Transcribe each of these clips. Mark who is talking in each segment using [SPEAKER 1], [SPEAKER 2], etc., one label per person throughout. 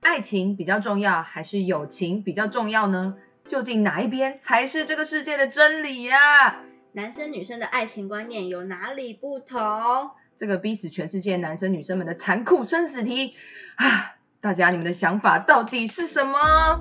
[SPEAKER 1] 爱情比较重要，还是友情比较重要呢？究竟哪一边才是这个世界的真理呀、
[SPEAKER 2] 男生女生的爱情观念有哪里不同？
[SPEAKER 1] 这个逼死全世界男生女生们的残酷生死题啊！大家你们的想法到底是什么？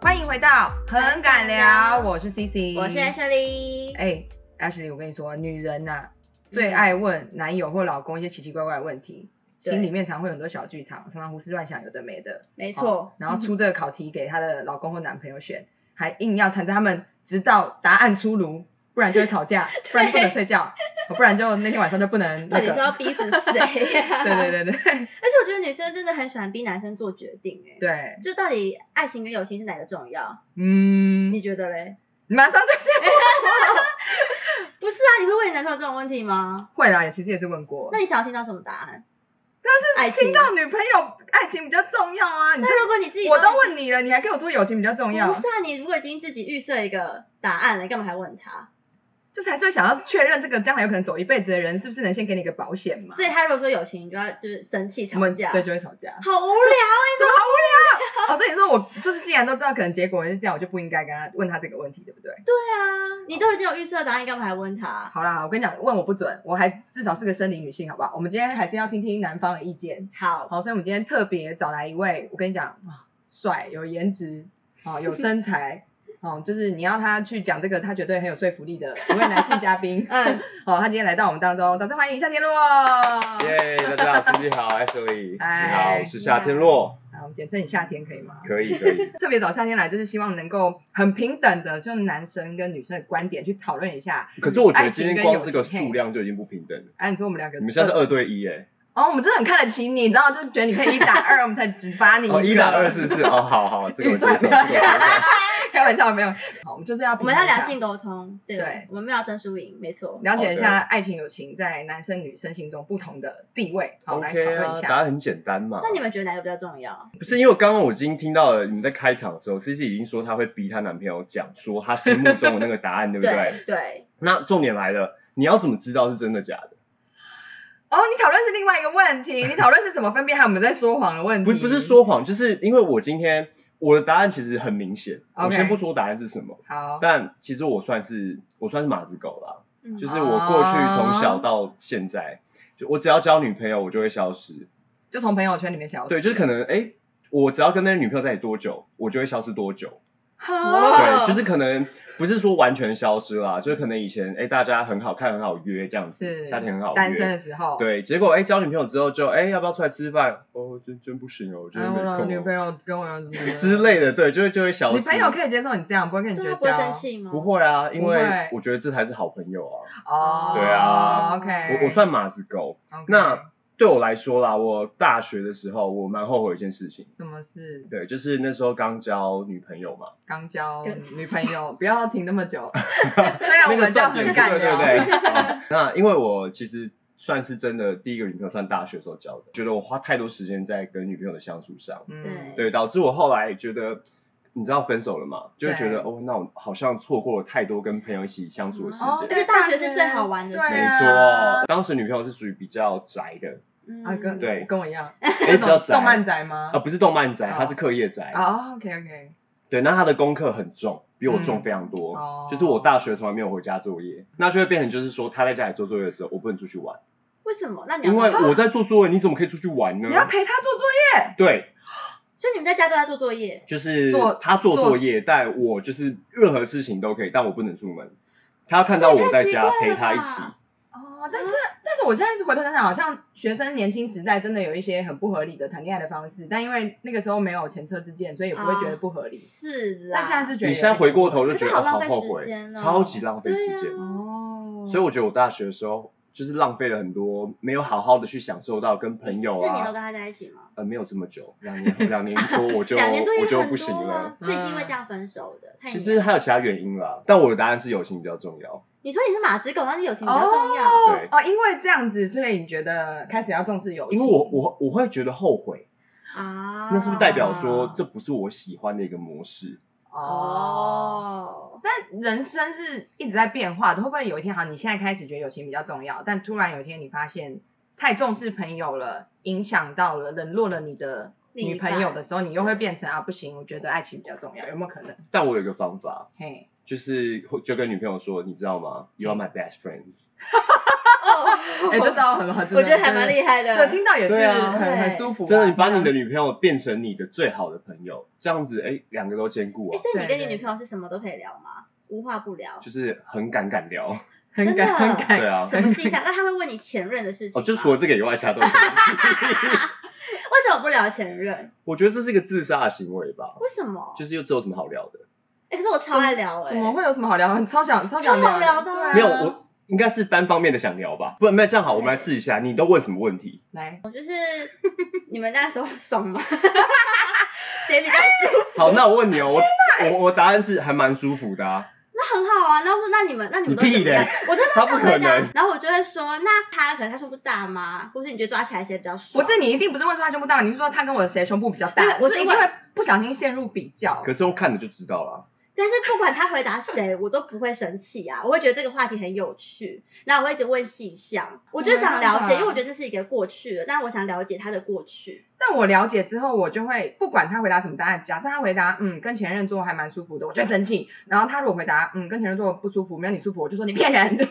[SPEAKER 1] 欢迎回到很敢聊，我是 C C，
[SPEAKER 2] 我是 Ashley，、
[SPEAKER 1] 哎，Ashley，我跟你说，女人呐、最
[SPEAKER 2] 嗯
[SPEAKER 1] 爱问男友或老公一些奇奇怪怪的问题，
[SPEAKER 2] 对
[SPEAKER 1] 心里面常会有很多小剧场，常常胡思乱想，有的没的。
[SPEAKER 2] 没
[SPEAKER 1] 没
[SPEAKER 2] 错、嗯
[SPEAKER 1] 然后出这个考题给她的老公或男朋友选，还硬要缠着他们，直到答案出炉，不然就会吵架，不然就不能睡觉，哦不然就那天晚上就不 能
[SPEAKER 2] 到
[SPEAKER 1] 那
[SPEAKER 2] 底是
[SPEAKER 1] 个。
[SPEAKER 2] 要逼死谁 呀、
[SPEAKER 1] 对对对对
[SPEAKER 2] 而且我觉得女生真的很喜欢逼男生做决定、哎，
[SPEAKER 1] 对，
[SPEAKER 2] 就到底爱情跟友情是哪个重要？
[SPEAKER 1] 嗯
[SPEAKER 2] 你，觉得嘞？
[SPEAKER 1] 马上就先
[SPEAKER 2] 不是啊，你会问你男朋友这种问题吗？
[SPEAKER 1] 会啦，也其实也是问过
[SPEAKER 2] 那，你想要听到什么答案？
[SPEAKER 1] 但
[SPEAKER 2] 爱
[SPEAKER 1] 是听
[SPEAKER 2] 情
[SPEAKER 1] 到女朋友爱情比较重要啊，你这
[SPEAKER 2] 那如果你自己
[SPEAKER 1] 我都问你了，你还跟我说友情比较重要
[SPEAKER 2] 不，是啊，你如果已经自己预设一个答案了，你干嘛还问他？
[SPEAKER 1] 就是还是会想要确认这个将来有可能走一辈子的人是不是能先给你一个保险嘛？
[SPEAKER 2] 所以他如果说友情，你就要就是生气
[SPEAKER 1] 我
[SPEAKER 2] 吵
[SPEAKER 1] 们
[SPEAKER 2] 架，
[SPEAKER 1] 嗯
[SPEAKER 2] 哎
[SPEAKER 1] 对就会吵架。
[SPEAKER 2] 好无聊。
[SPEAKER 1] 什么好无聊？哦，所以你说我就是既然都知道可能结果是这样，我就不应该跟他问他这个问题，对不对？
[SPEAKER 2] 对啊，你都已经有预设答案，你干嘛还问他？
[SPEAKER 1] 好啦，我跟你讲，问我不准，我还至少是个生理女性，好不好？我们今天还是要听听男方的意见。
[SPEAKER 2] 好，。
[SPEAKER 1] 好，所以我们今天特别找来一位，我跟你讲啊，帅，有颜值，啊，有身材。哦，就是你要他去讲这个，他绝对很有说服力的一位男性嘉宾
[SPEAKER 2] 嗯，
[SPEAKER 1] 哦，他今天来到我们当中，掌声欢迎夏天洛。
[SPEAKER 3] 耶大家好，司机 好，Ashley，
[SPEAKER 1] 嗨
[SPEAKER 3] 你好，我是夏天洛，
[SPEAKER 1] 啊，我们简哎称你夏天可以吗？
[SPEAKER 3] 可以可以，
[SPEAKER 1] 特别找夏天来，就是希望能够很平等的，就是男生跟女生的观点去讨论一下。
[SPEAKER 3] 可是我觉得今
[SPEAKER 1] 爱情跟
[SPEAKER 3] 天
[SPEAKER 1] 友
[SPEAKER 3] 光
[SPEAKER 1] 情
[SPEAKER 3] 这个数量就已经不平等了，
[SPEAKER 1] 哎、你说我们两个，
[SPEAKER 3] 你们现在是二对一哎，
[SPEAKER 1] 哦，我们真的很看得起你，你知道，就觉得你可以一打二，我们才只把你
[SPEAKER 3] 哦
[SPEAKER 1] 个
[SPEAKER 3] 一打二是不是？哦好好，这个我接受，这个我接受，
[SPEAKER 1] 开玩笑没有？好，我们就是要
[SPEAKER 2] 我们
[SPEAKER 1] 平
[SPEAKER 2] 要
[SPEAKER 1] 衡一
[SPEAKER 2] 良
[SPEAKER 1] 下
[SPEAKER 2] 性沟通，对吧
[SPEAKER 1] 对
[SPEAKER 2] 我们没有要争输赢，没错。
[SPEAKER 1] 了解一下
[SPEAKER 3] 好的
[SPEAKER 1] 爱情友情在男生女生心中不同的地位，好来讨
[SPEAKER 3] OK
[SPEAKER 1] 论
[SPEAKER 3] 啊，
[SPEAKER 1] 一
[SPEAKER 3] 答
[SPEAKER 1] 下。
[SPEAKER 3] 案很简单嘛，
[SPEAKER 2] 那你们觉得哪个比较重要？
[SPEAKER 3] 不是因为刚刚我已经听到了你们在开场的时候，C C 已经说她会逼她男朋友讲说她心目中的那个答案，对不对？
[SPEAKER 2] 对对，
[SPEAKER 3] 那重点来了，你要怎么知道是真的假的？
[SPEAKER 1] 哦，你讨论是另外一个问题，你讨论是怎么分辨还有没有在说谎的问
[SPEAKER 3] 不
[SPEAKER 1] 题？
[SPEAKER 3] 不是说谎，就是因为我今天我的答案其实很明显，我
[SPEAKER 1] OK
[SPEAKER 3] 先不说答案是什么。
[SPEAKER 1] 好，
[SPEAKER 3] 但其实我算是我算是马子狗啦，
[SPEAKER 2] 嗯
[SPEAKER 3] 就是我过去
[SPEAKER 1] 啊
[SPEAKER 3] 从小到现在，就我只要交女朋友，我就会消失。
[SPEAKER 1] 就从朋友圈里面消失。
[SPEAKER 3] 对，就是可能哎、诶我只要跟那个女朋友在一起多久，我就会消失多 久。
[SPEAKER 1] 好
[SPEAKER 2] 哦
[SPEAKER 3] 对，就是可能不是说完全消失啦，就是可能以前哎、诶大家很好看，很好约这样
[SPEAKER 1] 是
[SPEAKER 3] 子，夏天很好
[SPEAKER 1] 单身
[SPEAKER 3] 约。
[SPEAKER 1] 的时候，
[SPEAKER 3] 对，结果哎、诶交女朋友之后就哎、诶要不要出来吃饭？哦，真真不行哦，我真
[SPEAKER 1] 然
[SPEAKER 3] 的没
[SPEAKER 1] 后呢，
[SPEAKER 3] 空
[SPEAKER 1] 女
[SPEAKER 3] 哦、
[SPEAKER 1] 朋友跟我有什么
[SPEAKER 3] 之，类的，对，就会就会消
[SPEAKER 1] 女
[SPEAKER 3] 失。
[SPEAKER 1] 朋友可以接受你这样，不会跟你
[SPEAKER 2] 对
[SPEAKER 1] 绝
[SPEAKER 2] 他
[SPEAKER 1] 交，
[SPEAKER 2] 不会生气吗？
[SPEAKER 3] 不会啊，因
[SPEAKER 1] 不
[SPEAKER 3] 为
[SPEAKER 1] 会
[SPEAKER 3] 我觉得这才是好朋友啊。
[SPEAKER 1] 哦，
[SPEAKER 3] 对啊
[SPEAKER 1] ，OK，
[SPEAKER 3] 我我算马子狗，
[SPEAKER 1] OK
[SPEAKER 3] 那对我来说啦，我大学的时候我蛮后悔一件事情，
[SPEAKER 1] 什么是
[SPEAKER 3] 对，就是那时候刚交女朋友嘛，
[SPEAKER 1] 刚交
[SPEAKER 2] 对
[SPEAKER 1] 女朋友，不要停那么 久，虽然我
[SPEAKER 3] 那个
[SPEAKER 1] 们叫
[SPEAKER 3] 断点
[SPEAKER 1] 很
[SPEAKER 3] 不
[SPEAKER 1] 干
[SPEAKER 3] 对对
[SPEAKER 1] 聊，
[SPEAKER 3] 不对？ 好那因为我其实算是真的第一个女朋友，算大学时候交的，觉得我花太多时间在跟女朋友的相处上，
[SPEAKER 1] 嗯，
[SPEAKER 3] 对，导致我后来觉得。你知道分手了嘛？就会觉得
[SPEAKER 1] 对
[SPEAKER 3] 哦，那我好像错过了太多跟朋友一起相处的时间。
[SPEAKER 1] 哦
[SPEAKER 2] 而且大学是最好玩的
[SPEAKER 1] 对啊
[SPEAKER 2] 事，
[SPEAKER 3] 没错，当时女朋友是属于比较宅的，
[SPEAKER 2] 嗯
[SPEAKER 1] 啊跟
[SPEAKER 3] 对
[SPEAKER 1] 跟我一样，
[SPEAKER 3] 哎，比较宅，
[SPEAKER 1] 动漫宅吗
[SPEAKER 3] 啊，？不是动漫宅，
[SPEAKER 1] 哦
[SPEAKER 3] 他是课业宅。
[SPEAKER 1] 哦，OK OK，
[SPEAKER 3] 对，那他的功课很重，比我重
[SPEAKER 1] 嗯
[SPEAKER 3] 非常多。
[SPEAKER 1] 哦
[SPEAKER 3] 就是我大学从来没有回家作业，那就会变成就是说他在家里做作业的时候，我不能出去玩，
[SPEAKER 2] 为什么？那你要
[SPEAKER 3] 因为我在做作业，你怎么可以出去玩呢
[SPEAKER 1] 你？要陪他做作
[SPEAKER 3] 对，
[SPEAKER 2] 所以你们在家都在做作业，
[SPEAKER 3] 就是
[SPEAKER 1] 做
[SPEAKER 3] 他做
[SPEAKER 1] 做
[SPEAKER 3] 作业，但我就是任何事情都可以，但我不能出门。他要看到我在家
[SPEAKER 2] 这也太奇
[SPEAKER 3] 陪他
[SPEAKER 2] 怪了
[SPEAKER 3] 一
[SPEAKER 2] 吧
[SPEAKER 3] 起，
[SPEAKER 1] 业，
[SPEAKER 2] 啊
[SPEAKER 1] 哦，但是但是我现在是回头想想，好像学生年轻时代真的有一些很不合理的谈恋爱的方式，但因为那个时候没有前车之鉴，所以也不会觉得不合理。
[SPEAKER 2] 啊是啦。
[SPEAKER 1] 但现在是觉得
[SPEAKER 3] 你现在回过头
[SPEAKER 2] 可
[SPEAKER 3] 就是觉得
[SPEAKER 2] 好
[SPEAKER 3] 哦
[SPEAKER 2] 浪
[SPEAKER 3] 好
[SPEAKER 2] 费
[SPEAKER 3] 后
[SPEAKER 2] 时
[SPEAKER 3] 悔
[SPEAKER 2] 间，哦
[SPEAKER 3] 超级浪费
[SPEAKER 2] 对
[SPEAKER 3] 时
[SPEAKER 2] 啊
[SPEAKER 3] 间。
[SPEAKER 1] 哦，
[SPEAKER 3] 所以我觉得我大学的时候就是浪费了很多，没有好好的去享受到跟朋友
[SPEAKER 2] 四年都
[SPEAKER 3] 啊，
[SPEAKER 2] 跟他在一起吗？
[SPEAKER 3] 呃，没有这么久，两年两年多 我就
[SPEAKER 2] 两年多也
[SPEAKER 3] 我
[SPEAKER 2] 很多
[SPEAKER 3] 就
[SPEAKER 2] 啊
[SPEAKER 3] 不行了。嗯
[SPEAKER 2] 所以是因为这样分手的。太
[SPEAKER 3] 其
[SPEAKER 2] 黏
[SPEAKER 3] 实还有其他原因啦，但我的答案是友情比较重要。
[SPEAKER 2] 你说你是马子狗，那你友情比较重要。
[SPEAKER 1] 哦
[SPEAKER 3] 对
[SPEAKER 1] 哦，因为这样子，所以你觉得开始要重视友情？
[SPEAKER 3] 因为我我我会觉得后悔，
[SPEAKER 2] 啊，
[SPEAKER 3] 那是不是代表说这不是我喜欢的一个模式？
[SPEAKER 1] 哦。但人生是一直在变化的，会不会有一天，好，你现在开始觉得友情比较重要，但突然有一天你发现太重视朋友了，影响到了冷落了你的
[SPEAKER 2] 另一
[SPEAKER 1] 女朋友
[SPEAKER 2] 半
[SPEAKER 1] 的时候，你又会变成啊，不行，我觉得爱情比较重要，有没有可能？
[SPEAKER 3] 但我有一个方法，
[SPEAKER 1] 嘿，
[SPEAKER 3] 就是会就跟女朋友说，你知道吗？You are my best friend。
[SPEAKER 2] 哦，
[SPEAKER 1] 哎、这招很好，真的
[SPEAKER 2] 我觉得还蛮厉害
[SPEAKER 1] 对，
[SPEAKER 2] 的。
[SPEAKER 1] 听到也是
[SPEAKER 3] 对
[SPEAKER 1] 很、
[SPEAKER 3] 啊
[SPEAKER 1] 很舒服啊、
[SPEAKER 3] 真的，你把你
[SPEAKER 1] 对
[SPEAKER 3] 的
[SPEAKER 1] 啊
[SPEAKER 3] 女朋友变成你的最好的朋友，这样子，哎，两个都兼顾
[SPEAKER 2] 哎，
[SPEAKER 3] 啊，
[SPEAKER 2] 所以你跟你
[SPEAKER 1] 对对
[SPEAKER 2] 女朋友是什么都可以聊吗？无话不 聊，
[SPEAKER 3] 就是很敢敢聊。
[SPEAKER 1] 很
[SPEAKER 2] 真的
[SPEAKER 1] 感很感，
[SPEAKER 3] 对啊
[SPEAKER 2] 什么事情？那她会问你前任的事情
[SPEAKER 3] 哦，
[SPEAKER 2] 吗？
[SPEAKER 3] 就除了这个以外，其他都可以。
[SPEAKER 2] 为什么不聊前任？
[SPEAKER 3] 我觉得这是一个自杀的行为吧，
[SPEAKER 2] 为什么？
[SPEAKER 3] 就是又这有什么好聊的？
[SPEAKER 2] 哎，可是我超爱聊哎，
[SPEAKER 1] 怎么会有什么好聊？超想超想
[SPEAKER 2] 超好聊的
[SPEAKER 1] 对啊
[SPEAKER 3] 没有，我应该是单方面的想聊吧。不然，那这样好，我们来试一下，你都问什么问题？
[SPEAKER 1] 来，
[SPEAKER 2] 你们那时候爽吗？ 谁比较舒服？
[SPEAKER 3] 好，那我问你哦，我我我答案是还蛮舒服的啊。
[SPEAKER 2] 那很好啊。然后说那你们那你们都
[SPEAKER 3] 你屁
[SPEAKER 2] 怎么样
[SPEAKER 3] 嘞？
[SPEAKER 2] 我真的啊
[SPEAKER 3] 他
[SPEAKER 2] 这样
[SPEAKER 3] 不可
[SPEAKER 2] 回答
[SPEAKER 3] 能。
[SPEAKER 2] 然后我就会说，那他可能他胸部大吗？或是你觉得抓起来谁比较
[SPEAKER 1] 不
[SPEAKER 2] 爽？
[SPEAKER 1] 是你一定不是问说他胸部大，你是说他跟我的谁胸部比较
[SPEAKER 2] 没
[SPEAKER 1] 大
[SPEAKER 2] 有？我
[SPEAKER 1] 就是一定
[SPEAKER 2] 问
[SPEAKER 1] 会不小心陷入比较。
[SPEAKER 3] 可是我看了就知道了。
[SPEAKER 2] 但是不管他回答谁，我都不会生气啊，我会觉得这个话题很有趣，然后我会一直问细项，我就想了解，因为我觉得这是一个过去了，但是我想了解他的过去。
[SPEAKER 1] 但我了解之后，我就会不管他回答什么答案，假设他回答嗯跟前任做还蛮舒服的，我就会生气。然后他如果回答嗯跟前任做不舒服，没有你舒服，我就说你骗人。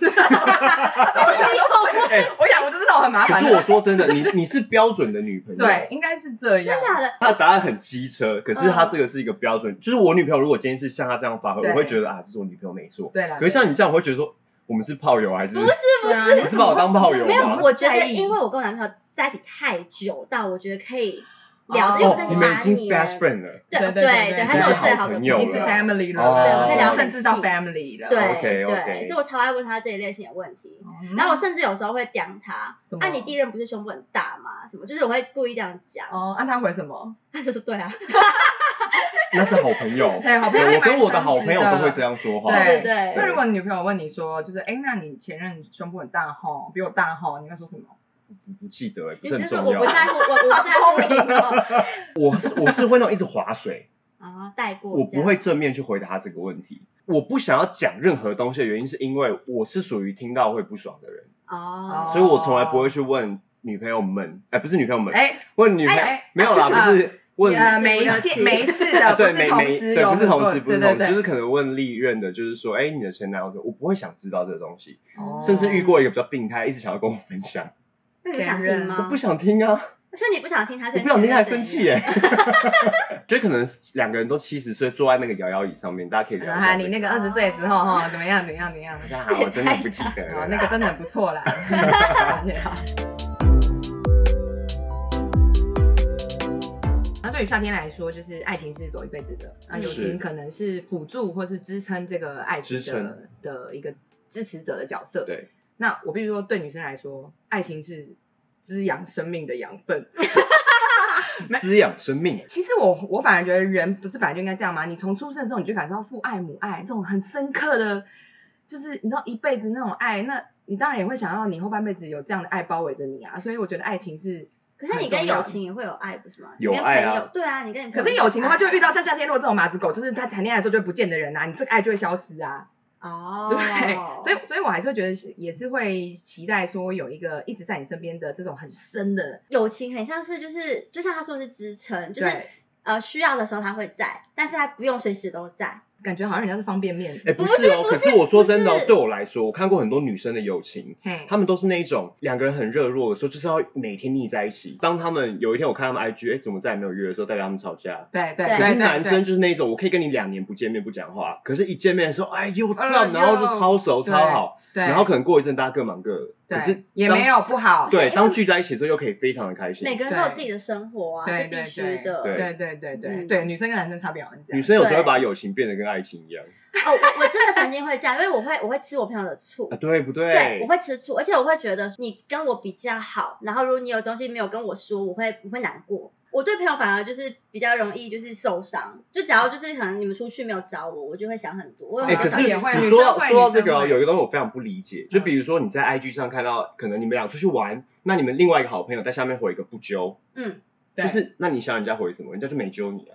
[SPEAKER 3] 哎
[SPEAKER 1] 我想我就是那种很麻
[SPEAKER 3] 可
[SPEAKER 1] 烦
[SPEAKER 3] 是我
[SPEAKER 1] 的。
[SPEAKER 3] 说真的，你你是标准的女朋友。
[SPEAKER 1] 啊对，。应该是这样
[SPEAKER 2] 真。假的？
[SPEAKER 3] 他的答案很机车，可是他这个是一个标准，就是我女朋友如果今天是像他这样发挥，
[SPEAKER 1] 对
[SPEAKER 3] 我会觉得啊，这是我女朋友没错。
[SPEAKER 1] 对啦。
[SPEAKER 3] 可是像你这样，我会觉得说我们是炮友还是？
[SPEAKER 2] 不是不
[SPEAKER 1] 对啊
[SPEAKER 2] 是，
[SPEAKER 1] 你
[SPEAKER 3] 你是把我当炮友啊哦
[SPEAKER 2] 没有，
[SPEAKER 3] 吗？
[SPEAKER 2] 我觉
[SPEAKER 1] 在
[SPEAKER 2] 得
[SPEAKER 1] 意
[SPEAKER 2] 因为我跟我男朋友在一起太久，到我觉得可以聊的，因为我
[SPEAKER 3] 哦
[SPEAKER 2] 开，
[SPEAKER 3] 你
[SPEAKER 2] 始
[SPEAKER 3] 们已
[SPEAKER 2] 打
[SPEAKER 3] 经
[SPEAKER 2] 你
[SPEAKER 3] best
[SPEAKER 2] 了。
[SPEAKER 3] friend 了。
[SPEAKER 2] 对
[SPEAKER 1] 对对对
[SPEAKER 2] 对，
[SPEAKER 1] 对
[SPEAKER 2] 他
[SPEAKER 1] 已经
[SPEAKER 2] 是我最
[SPEAKER 1] 是
[SPEAKER 2] 好
[SPEAKER 3] 好
[SPEAKER 2] 的
[SPEAKER 3] 朋
[SPEAKER 1] 已
[SPEAKER 3] 友
[SPEAKER 1] 经是
[SPEAKER 3] 了
[SPEAKER 1] family 了，
[SPEAKER 3] 哦
[SPEAKER 2] 对我可以聊
[SPEAKER 1] 甚至到
[SPEAKER 2] 很细
[SPEAKER 1] family 了。
[SPEAKER 2] 对
[SPEAKER 3] OK，OK
[SPEAKER 2] 对，所以我超爱问他这一类型的问题。
[SPEAKER 1] 嗯
[SPEAKER 2] 然后我甚至有时候会讲他
[SPEAKER 1] 什，么
[SPEAKER 2] 啊，你第一任不是胸部很大吗？什么，就是我会故意这样讲，
[SPEAKER 1] 哦，按他回什么？
[SPEAKER 2] 他就说对啊，
[SPEAKER 3] 那是好朋友。
[SPEAKER 1] 对，好朋友
[SPEAKER 3] 对我跟我的好朋友都会
[SPEAKER 1] 样。
[SPEAKER 3] 这样说话。
[SPEAKER 1] 哦对
[SPEAKER 2] 对对
[SPEAKER 1] 那如果你女朋友问你说，就是哎，那你前任胸部很大吼，比我大吼，你会说什 么？
[SPEAKER 3] 不不记得、欸，不
[SPEAKER 2] 就是
[SPEAKER 3] 很
[SPEAKER 2] 是
[SPEAKER 3] 重
[SPEAKER 2] 我
[SPEAKER 3] 要
[SPEAKER 2] 不。在乎，我我不在乎 你哦，
[SPEAKER 3] 我是我是会那种一直划水，
[SPEAKER 2] 然后哦带过，
[SPEAKER 3] 我不会，正面去回答他这个问题。我不想要讲任何东西的原因，是因为我是属于听到会不爽的人，
[SPEAKER 2] 哦，
[SPEAKER 1] 哦
[SPEAKER 3] 所以我从来不会去问女朋友们，哎、不是女朋友们，
[SPEAKER 1] 哎，
[SPEAKER 3] 问女朋友、
[SPEAKER 1] 哎
[SPEAKER 3] 没有啦，
[SPEAKER 1] 啊
[SPEAKER 3] 不是问。
[SPEAKER 1] 呃，每一次每一次的
[SPEAKER 3] 啊，
[SPEAKER 1] 不
[SPEAKER 3] 对，
[SPEAKER 1] 是
[SPEAKER 3] 每
[SPEAKER 1] 同
[SPEAKER 3] 每
[SPEAKER 1] 时
[SPEAKER 3] 对，
[SPEAKER 1] 有
[SPEAKER 3] 不是同时，不是同
[SPEAKER 1] 对
[SPEAKER 3] 时，
[SPEAKER 1] 对
[SPEAKER 3] 就是可能问历任的，就是说，哎，你的前男友怎么，我不会想知道这个东西，
[SPEAKER 1] 对，
[SPEAKER 3] 甚至遇过一个比较病态，一直想要跟我分享，
[SPEAKER 2] 那你想听
[SPEAKER 3] 我
[SPEAKER 2] 吗？
[SPEAKER 3] 不，想听啊，
[SPEAKER 2] 所以你不想听他，
[SPEAKER 3] 我不想听他还生气。耶。 觉得可能两个人都七十岁，坐在那个摇摇椅上面，大家可以聊一
[SPEAKER 1] 啊，
[SPEAKER 3] 下
[SPEAKER 1] 你
[SPEAKER 3] 这
[SPEAKER 1] 那个二十岁的时候哈，怎么样怎么样怎么样？
[SPEAKER 3] 个。啊，我真的不记得
[SPEAKER 1] 哦
[SPEAKER 3] 了，。
[SPEAKER 1] 那个真的很不错 啦。啊那对于夏天来说，就是爱情是走一辈子的，那友
[SPEAKER 3] 是
[SPEAKER 1] 情可能是辅助或是支撑这个爱情
[SPEAKER 3] 支
[SPEAKER 1] 的
[SPEAKER 3] 撑
[SPEAKER 1] 的一个支持者的角色。
[SPEAKER 3] 对，
[SPEAKER 1] 那我必须说，对女生来说，爱情是滋养生命的养分。
[SPEAKER 3] 滋养生命，
[SPEAKER 1] 其实我我反而觉得人不是本来就应该这样吗？你从出生的时候你就感受到父爱母爱这种很深刻的，就是你知道一辈子那种爱，那你当然也会想要你后半辈子有这样的爱包围着你啊。所以我觉得爱情是，
[SPEAKER 2] 可是你跟友情也会有爱，不是吗？
[SPEAKER 3] 有
[SPEAKER 2] 你跟
[SPEAKER 3] 爱啊
[SPEAKER 2] 朋友对啊，你跟你朋
[SPEAKER 1] 可
[SPEAKER 2] 友
[SPEAKER 1] 是友情的话就遇
[SPEAKER 2] 到
[SPEAKER 1] 到像夏天落这种马子狗，就是他谈恋爱的时候就不见的人啊，你这个爱就会消失啊。
[SPEAKER 2] 哦，
[SPEAKER 1] 对， 所以所以我还是会觉得是也是会期待说有一个一直在你身边的这种很深的，
[SPEAKER 2] 友情很像是就是就像他说的是支撑，就
[SPEAKER 1] 对，
[SPEAKER 2] 是呃需要的时候他会在，但是他不用随时都在。
[SPEAKER 1] 感觉好像人家是方便面。
[SPEAKER 3] 哎，不是哦，
[SPEAKER 2] 不是
[SPEAKER 3] 可是我说真的
[SPEAKER 2] 不
[SPEAKER 3] 哦
[SPEAKER 2] 是，
[SPEAKER 3] 对我来说，我看过很多女生的友情，
[SPEAKER 1] 嘿，
[SPEAKER 3] 他们都是那一种两个人很热络的时候，就是要每天腻在一起。当他们有一天我看他们 IG，哎，怎么再也没有约的时候，代表他们吵架。
[SPEAKER 1] 对对对，
[SPEAKER 2] 可
[SPEAKER 3] 可是
[SPEAKER 1] 对
[SPEAKER 3] 男
[SPEAKER 1] 对
[SPEAKER 3] 生就是那一种，我可以跟你两年不见面不讲话，可是一见面的时候，哎又
[SPEAKER 1] 哎
[SPEAKER 3] 上，然后就
[SPEAKER 1] 又
[SPEAKER 3] 超熟
[SPEAKER 1] 对
[SPEAKER 3] 超好，
[SPEAKER 1] 对，
[SPEAKER 3] 然后可能过一阵大家各忙各的，可是
[SPEAKER 1] 对也没有不好，
[SPEAKER 3] 对，
[SPEAKER 2] 因为
[SPEAKER 3] 当聚在一起之后又可以非常的开心。
[SPEAKER 2] 每个人都有自己的生活啊，
[SPEAKER 1] 对
[SPEAKER 2] 这必
[SPEAKER 1] 对
[SPEAKER 2] 须的。
[SPEAKER 3] 对
[SPEAKER 1] 对对对对
[SPEAKER 2] 嗯
[SPEAKER 1] 对，女生跟男生差别好像这样
[SPEAKER 3] 女生有时候会把友情变得跟爱情一样，
[SPEAKER 2] 哦，我我真的曾经会这样，因为我会我会吃我朋友的醋
[SPEAKER 3] 啊，。对不对？
[SPEAKER 2] 对，我会吃醋，而且我会觉得你跟我比较好，然后如果你有东西没有跟我说，我会我会难过。我对朋友反而就是比较容易就是受伤，就只要就是可能你们出去没有找我，我就会想很多。我有
[SPEAKER 3] 哎、
[SPEAKER 2] 没有
[SPEAKER 3] 可
[SPEAKER 2] 找
[SPEAKER 3] 是
[SPEAKER 1] 也会
[SPEAKER 3] 你
[SPEAKER 1] 女
[SPEAKER 3] 说
[SPEAKER 1] 生
[SPEAKER 3] 到
[SPEAKER 1] 会
[SPEAKER 3] 说到
[SPEAKER 1] 女
[SPEAKER 3] 这
[SPEAKER 1] 生
[SPEAKER 3] 个哦，
[SPEAKER 1] 会嗯
[SPEAKER 3] 有一个东西我非常不理解，就比如说你在 IG 上看到，可能你们俩出去玩，那你们另外一个好朋友在下面回一个不揪，
[SPEAKER 2] 嗯，
[SPEAKER 1] 对
[SPEAKER 3] 就是那你想人家回什么，人家就没揪你啊。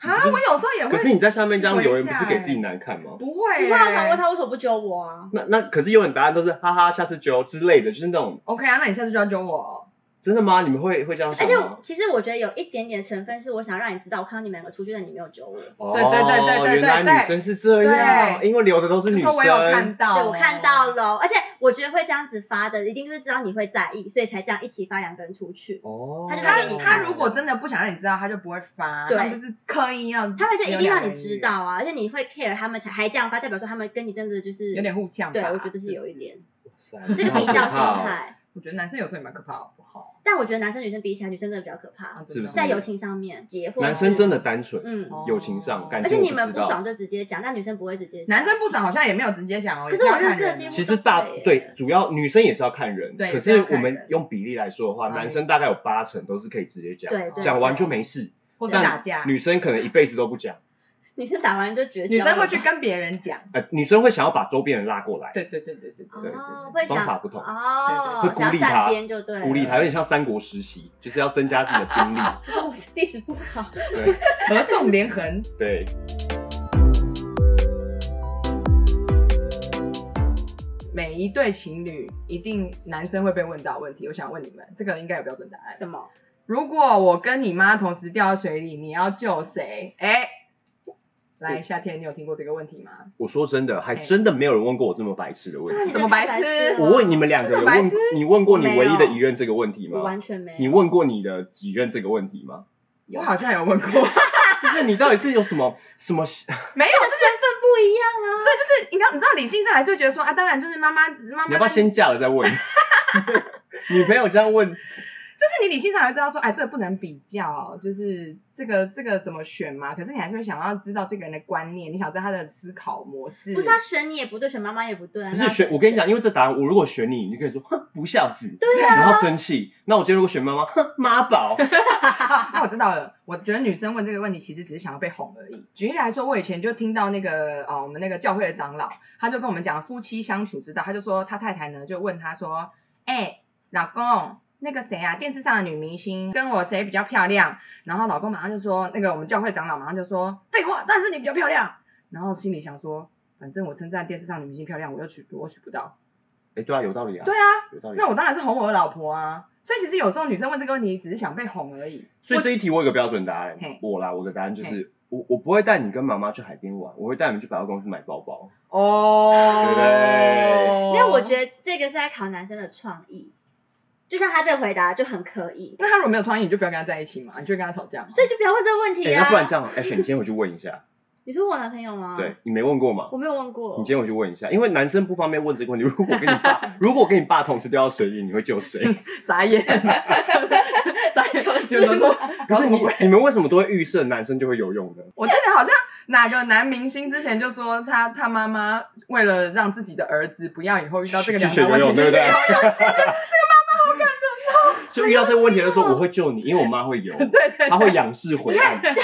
[SPEAKER 3] 你这
[SPEAKER 1] 啊，
[SPEAKER 3] 不是
[SPEAKER 1] 我有时候也会。
[SPEAKER 3] 可是你在下面这样留言，不是给自己
[SPEAKER 1] 拿？
[SPEAKER 3] 难看吗？
[SPEAKER 1] 不会、欸，
[SPEAKER 2] 我好想问他为什么不揪我啊？
[SPEAKER 3] 那那可是有很答案都是哈哈，下次揪之类的，就是那种
[SPEAKER 1] OK 啊，那你下次就要揪我哦。
[SPEAKER 3] 真的吗？你们会会这样
[SPEAKER 2] 而
[SPEAKER 3] 想
[SPEAKER 2] 且
[SPEAKER 3] 吗？
[SPEAKER 2] 其实我觉得有一点点成分是我想让你知道，我看到你们两个出去，但你没有揪我。
[SPEAKER 3] 哦，
[SPEAKER 1] 对对对对对对
[SPEAKER 3] 原来女生是这样，
[SPEAKER 1] 对
[SPEAKER 3] 因为留的都是
[SPEAKER 1] 可
[SPEAKER 3] 女
[SPEAKER 1] 是我有
[SPEAKER 3] 生
[SPEAKER 1] 看。到、哦
[SPEAKER 2] 对，我看到。了，而且我觉得会这样子发的，一定就是知道你会在意，所以才这样一起发两个人出去。
[SPEAKER 3] 哦，
[SPEAKER 2] 他就
[SPEAKER 1] 他
[SPEAKER 2] 给你
[SPEAKER 1] 他
[SPEAKER 2] 看
[SPEAKER 1] 如果真的不想让你知道，他就不会发，
[SPEAKER 2] 对
[SPEAKER 1] 他就是刻意要。
[SPEAKER 2] 他们就一定让你知，道啊，而且你会 care 他们才还这样发，代表说他们跟你真的就是
[SPEAKER 1] 有点互呛吧。
[SPEAKER 2] 对，我觉得是
[SPEAKER 1] 不
[SPEAKER 2] 有一。点
[SPEAKER 3] 哇塞
[SPEAKER 2] 这个比
[SPEAKER 3] 哦
[SPEAKER 2] 较心。态。
[SPEAKER 1] 我觉得男生有时候也蛮可怕的，好不好？
[SPEAKER 2] 但我觉得男生女生比起来，女生真的比较可怕，
[SPEAKER 1] 啊
[SPEAKER 3] 是不是
[SPEAKER 2] 在友情上面结婚
[SPEAKER 3] 男生真的单纯，
[SPEAKER 2] 嗯，
[SPEAKER 1] 哦
[SPEAKER 3] 友情上感
[SPEAKER 2] 而
[SPEAKER 3] 情
[SPEAKER 2] 且
[SPEAKER 3] 我
[SPEAKER 2] 你们
[SPEAKER 3] 知
[SPEAKER 2] 不
[SPEAKER 3] 道
[SPEAKER 2] 爽就直接讲，但女生不会直接讲。
[SPEAKER 1] 男生不爽好像也没有直接讲哦。
[SPEAKER 2] 可是
[SPEAKER 1] 也要
[SPEAKER 2] 我认
[SPEAKER 1] 看
[SPEAKER 2] 识的
[SPEAKER 1] 人
[SPEAKER 2] 几乎
[SPEAKER 3] 其实大
[SPEAKER 2] 都会耶
[SPEAKER 3] 对主要女生也是要看人，
[SPEAKER 1] 对
[SPEAKER 3] 可
[SPEAKER 1] 也是
[SPEAKER 3] 是
[SPEAKER 1] 要看
[SPEAKER 3] 我
[SPEAKER 1] 人
[SPEAKER 3] 们用比例来说的话，
[SPEAKER 1] 嗯
[SPEAKER 3] 男生大概有八成都是可以直接讲，
[SPEAKER 2] 对对
[SPEAKER 3] 讲完
[SPEAKER 2] 对
[SPEAKER 3] 就没事。
[SPEAKER 1] 或者
[SPEAKER 3] 但
[SPEAKER 1] 打架，
[SPEAKER 3] 女生可能一辈子都不讲，
[SPEAKER 2] 女生打完就绝交，
[SPEAKER 1] 女生会去跟别人讲。
[SPEAKER 3] 呃，女生会想要把周边人拉过来，
[SPEAKER 1] 对对对对对对对
[SPEAKER 2] 哦，
[SPEAKER 1] 对。
[SPEAKER 2] 会想
[SPEAKER 3] 方法不同
[SPEAKER 2] 哦，
[SPEAKER 1] 对
[SPEAKER 3] 对对
[SPEAKER 2] 想要
[SPEAKER 3] 会鼓励他
[SPEAKER 2] 站边就对了，
[SPEAKER 3] 鼓励她，有点像三国实习，就是要增加自己的兵 力。
[SPEAKER 1] 哦
[SPEAKER 2] 我历史不好，
[SPEAKER 1] 合纵连横，
[SPEAKER 3] 对，
[SPEAKER 1] 每一对情侣一定男生会被问到的问题，我想问你们，这个应该有标准答案。
[SPEAKER 2] 什么？
[SPEAKER 1] 如果我跟你妈同时掉到水里，你要救谁？哎、来，夏天，你有听过这个问题吗？
[SPEAKER 3] 我说真的，还真的没有人问过我这么白痴的问
[SPEAKER 1] 真
[SPEAKER 3] 题。
[SPEAKER 1] 的什么白痴
[SPEAKER 3] 我问你们两个
[SPEAKER 1] 这
[SPEAKER 3] 有
[SPEAKER 1] 么白
[SPEAKER 3] 问
[SPEAKER 1] 痴
[SPEAKER 3] 你问过你
[SPEAKER 2] 我没
[SPEAKER 3] 唯
[SPEAKER 2] 有
[SPEAKER 3] 一的一任这个问题
[SPEAKER 2] 我
[SPEAKER 3] 吗？
[SPEAKER 2] 完全没有。
[SPEAKER 3] 你问过你的几任这个问题吗？
[SPEAKER 1] 我好像有问 过，对，
[SPEAKER 3] 就是你到底是有 什么什么？
[SPEAKER 2] 身份不一样啊，
[SPEAKER 1] 就是你知道，你知道理性上来就觉得说啊，当然就是妈妈，妈妈，
[SPEAKER 3] 你要不要
[SPEAKER 1] 就是
[SPEAKER 3] 先嫁了再问？ 女朋友这样问，
[SPEAKER 1] 你理性上来知道说，哎，这个不能比较，就是这个这个怎么选嘛？可是你还是会想要知道这个人的观念，你想知道他的思考模式。
[SPEAKER 2] 不是
[SPEAKER 3] 啊
[SPEAKER 2] 他选你也不对，选妈妈也不对啊。
[SPEAKER 3] 不
[SPEAKER 2] 那
[SPEAKER 3] 是
[SPEAKER 2] 要
[SPEAKER 3] 选我跟你
[SPEAKER 2] 谁，
[SPEAKER 3] 讲，因为这答案我如果选你，你就可以说哼不孝子，
[SPEAKER 1] 啊
[SPEAKER 3] 对、然后生气。那我今天如果选妈妈，哼妈宝，
[SPEAKER 1] 啊 那我知道了，我觉得女生问这个问题其实只是想要被哄而已。举例来说，我以前就听到那个呃，我们那个教会的长老，他就跟我们讲夫妻相处之道，他就说他太太呢就问他说，哎、老公。那个谁啊，电视上的女明星跟我谁比较漂亮？然后老公马上就说，那个我们教会长老马上就说，废话，但是你比较漂亮。然后心里想说，反正我称赞电视上的女明星漂亮，我又娶我娶不到。
[SPEAKER 3] 哎，对啊，有道理啊，
[SPEAKER 1] 对啊，
[SPEAKER 3] 有道理啊、
[SPEAKER 1] 那我当然是哄我的老婆啊。所以其实有时候女生问这个问题，只是想被哄而已。
[SPEAKER 3] 所以这一题我有个标准答案
[SPEAKER 1] 嘿，
[SPEAKER 3] 我啦，我的答案就是。我我不会带你跟妈妈去海边玩，我会带你们去百货公司买包包。
[SPEAKER 1] 哦，
[SPEAKER 3] 对不对
[SPEAKER 2] 因为我觉得这个是在考男生的创意，就像他这个回答就很可以，
[SPEAKER 1] 那他如果没有创意，你就不要跟他在一起嘛，你就跟他吵架嘛。
[SPEAKER 2] 所以就不要问这个问题
[SPEAKER 3] 哎、那
[SPEAKER 2] 啊
[SPEAKER 3] 不。然这样，Ash，你先回去问一 下。
[SPEAKER 2] 你说我男朋友吗？
[SPEAKER 3] 对，，你没问过吗？
[SPEAKER 2] 我没有问过
[SPEAKER 3] 你。先回去问一下，因为男生不方便问这个问题。如果我跟你爸， 如果我跟你爸同时掉到水里，你会救谁？
[SPEAKER 1] 眨眼， 眨眼
[SPEAKER 2] 有事
[SPEAKER 1] 有人说
[SPEAKER 3] 可是
[SPEAKER 1] 搞什
[SPEAKER 3] 你
[SPEAKER 1] 么鬼
[SPEAKER 3] 你们为什么都会预设男生就会游泳呢？
[SPEAKER 1] 我记得好像哪个男明星之前就说他他妈妈为了让自己的儿子不要以后遇到这个
[SPEAKER 3] 去
[SPEAKER 1] 两
[SPEAKER 3] 学
[SPEAKER 1] 难
[SPEAKER 3] 游
[SPEAKER 1] 问题，
[SPEAKER 3] 泳，对不对
[SPEAKER 1] 去学游？
[SPEAKER 3] 就遇到这个问题的时候，我会救你，因为我妈会 游，
[SPEAKER 1] 哦对对对，
[SPEAKER 3] 她会仰视 回岸，对不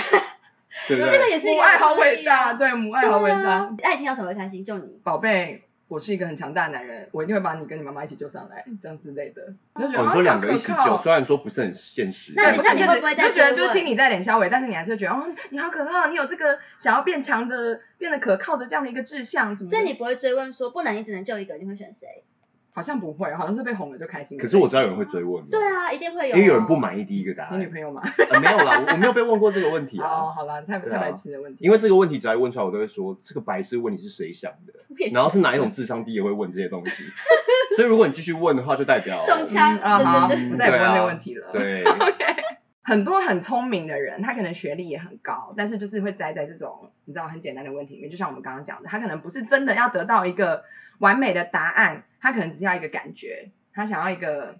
[SPEAKER 2] 这个
[SPEAKER 3] 对？
[SPEAKER 2] 也是一
[SPEAKER 1] 母
[SPEAKER 2] 个
[SPEAKER 1] 爱好伟
[SPEAKER 2] 创意啊
[SPEAKER 1] 大，。对母爱好伟
[SPEAKER 2] 对
[SPEAKER 1] 大
[SPEAKER 2] 啊，那你听到什么会开心？就你。
[SPEAKER 1] 宝贝。我是一个很强大的男人，我一定会把你跟你妈妈一起救上来，这样之类的。你就觉得、
[SPEAKER 3] 哦，你
[SPEAKER 1] 啊
[SPEAKER 3] 说两个一起
[SPEAKER 1] 好可靠
[SPEAKER 3] 救，虽然说不是很现实，
[SPEAKER 2] 那
[SPEAKER 1] 对，
[SPEAKER 2] 你
[SPEAKER 1] 不
[SPEAKER 3] 但
[SPEAKER 1] 是就
[SPEAKER 2] 看你
[SPEAKER 1] 是
[SPEAKER 2] 会不会再
[SPEAKER 1] 就觉得
[SPEAKER 2] 追
[SPEAKER 1] 就是
[SPEAKER 2] 问
[SPEAKER 1] 听你在脸消委，但是你还是会觉得哦，你好可靠，你有这个想要变强的、变得可靠的这样的一个志向什么的。
[SPEAKER 2] 所以你不会追问说不能，你只能救一个，你会选谁？
[SPEAKER 1] 好像不会，好像是被哄了就开心了。
[SPEAKER 3] 可是我知道有人会追问，
[SPEAKER 2] 对，啊，一定会有。
[SPEAKER 3] 因为有人不。满意第一个答
[SPEAKER 1] 你女
[SPEAKER 3] 案，
[SPEAKER 1] 朋友嘛？
[SPEAKER 3] 呃没有啦，我我没有被问过这个问题
[SPEAKER 1] 哦，
[SPEAKER 3] 啊。
[SPEAKER 1] 好啦，太
[SPEAKER 3] 对
[SPEAKER 1] 太
[SPEAKER 3] 啊
[SPEAKER 1] 白痴的问题。
[SPEAKER 3] 因为这个问题只要一问出来，我都会说这个白痴问题是谁想 的，
[SPEAKER 2] 我也觉得
[SPEAKER 3] 然后是哪一种智商低也会问这些东西，所以如果你继续问的话，就代表
[SPEAKER 2] 中
[SPEAKER 1] 嗯
[SPEAKER 2] 枪
[SPEAKER 1] 啊，好，
[SPEAKER 3] 对对对
[SPEAKER 1] 我再也不问这个问题了。，
[SPEAKER 3] 对，
[SPEAKER 1] 很多很聪明的人，他可能学历也很高，但是就是会栽在这种你知道很简单的问题里面。就像我们刚刚讲的，他可能不是真的要得到一个完美的答案，他可能只是要一个感觉，他想要一个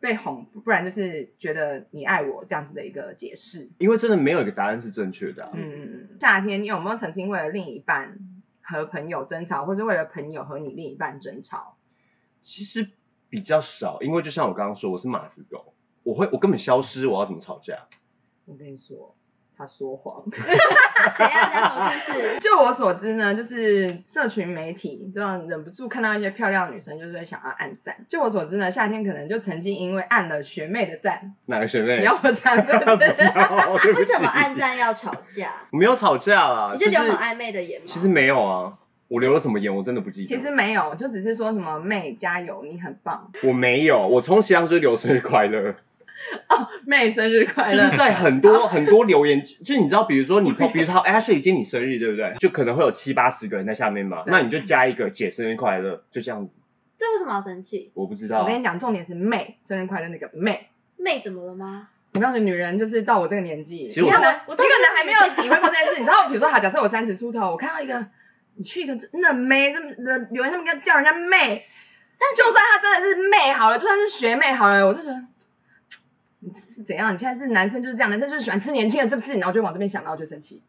[SPEAKER 1] 被哄，不然就是觉得你爱我这样子的一个解释。
[SPEAKER 3] 因为真的没有一个答案是正确的啊。
[SPEAKER 1] 嗯嗯嗯。夏天，你有没有曾经为了另一半和朋友争吵，或是为了朋友和你另一半争吵？
[SPEAKER 3] 其实比较少，因为就像我刚刚说，我是马子狗，我会我根本消失，我要怎么吵架？
[SPEAKER 1] 我跟你说，他说谎。
[SPEAKER 3] 啊
[SPEAKER 2] 怎样？讲什么 故事？
[SPEAKER 1] 就我所知呢，就是社群媒体这样忍不住看到一些漂亮女生，就是会想要按赞。就我所知呢，夏天可能就曾经因为按了学妹的赞，
[SPEAKER 3] 哪个学
[SPEAKER 1] 你
[SPEAKER 3] 妹？
[SPEAKER 1] 要我讲这个
[SPEAKER 3] No，对不
[SPEAKER 2] 为
[SPEAKER 3] 起
[SPEAKER 2] 什么暗战要吵架？
[SPEAKER 3] 我没有吵架啦，
[SPEAKER 2] 你
[SPEAKER 3] 就是
[SPEAKER 2] 有很暧昧的眼吗？
[SPEAKER 3] 其实没有啊，我留了什么言我真的不记得。
[SPEAKER 1] 其实没有，就只是说什么妹加油，你很棒，
[SPEAKER 3] 我没有，我充其量就是留生日快乐，
[SPEAKER 1] 妹生日快
[SPEAKER 3] 就
[SPEAKER 1] 乐
[SPEAKER 3] 是。在很多很多留言，就是你知道，比如说你，比如说 Ashley 今天你生日对不对？就可能会有七八十个人在下面嘛，
[SPEAKER 1] 对
[SPEAKER 3] 那你就加一个姐生日快乐，就这样子。
[SPEAKER 2] 这为什么要生气？
[SPEAKER 3] 我不知
[SPEAKER 1] 我
[SPEAKER 3] 道
[SPEAKER 1] 跟，你讲，重点是妹生日快乐那个妹。
[SPEAKER 2] 妹怎么了吗？
[SPEAKER 1] 我告诉你，女人就是到我这个年纪，
[SPEAKER 3] 其实我
[SPEAKER 1] 你可能
[SPEAKER 2] 我
[SPEAKER 1] 你可
[SPEAKER 2] 到
[SPEAKER 1] 能还没有体会过这件事。你知 道，比如说，好，假设我三十出头，我看到一个，你去一个那妹，这么有人那么叫人家妹，但就算她真的是妹好了，就算是学妹好了，我就觉得你是怎样？你现在是男生就是这样，男生就是喜欢吃年轻的，是不是？然后就往这边想，然后就生气，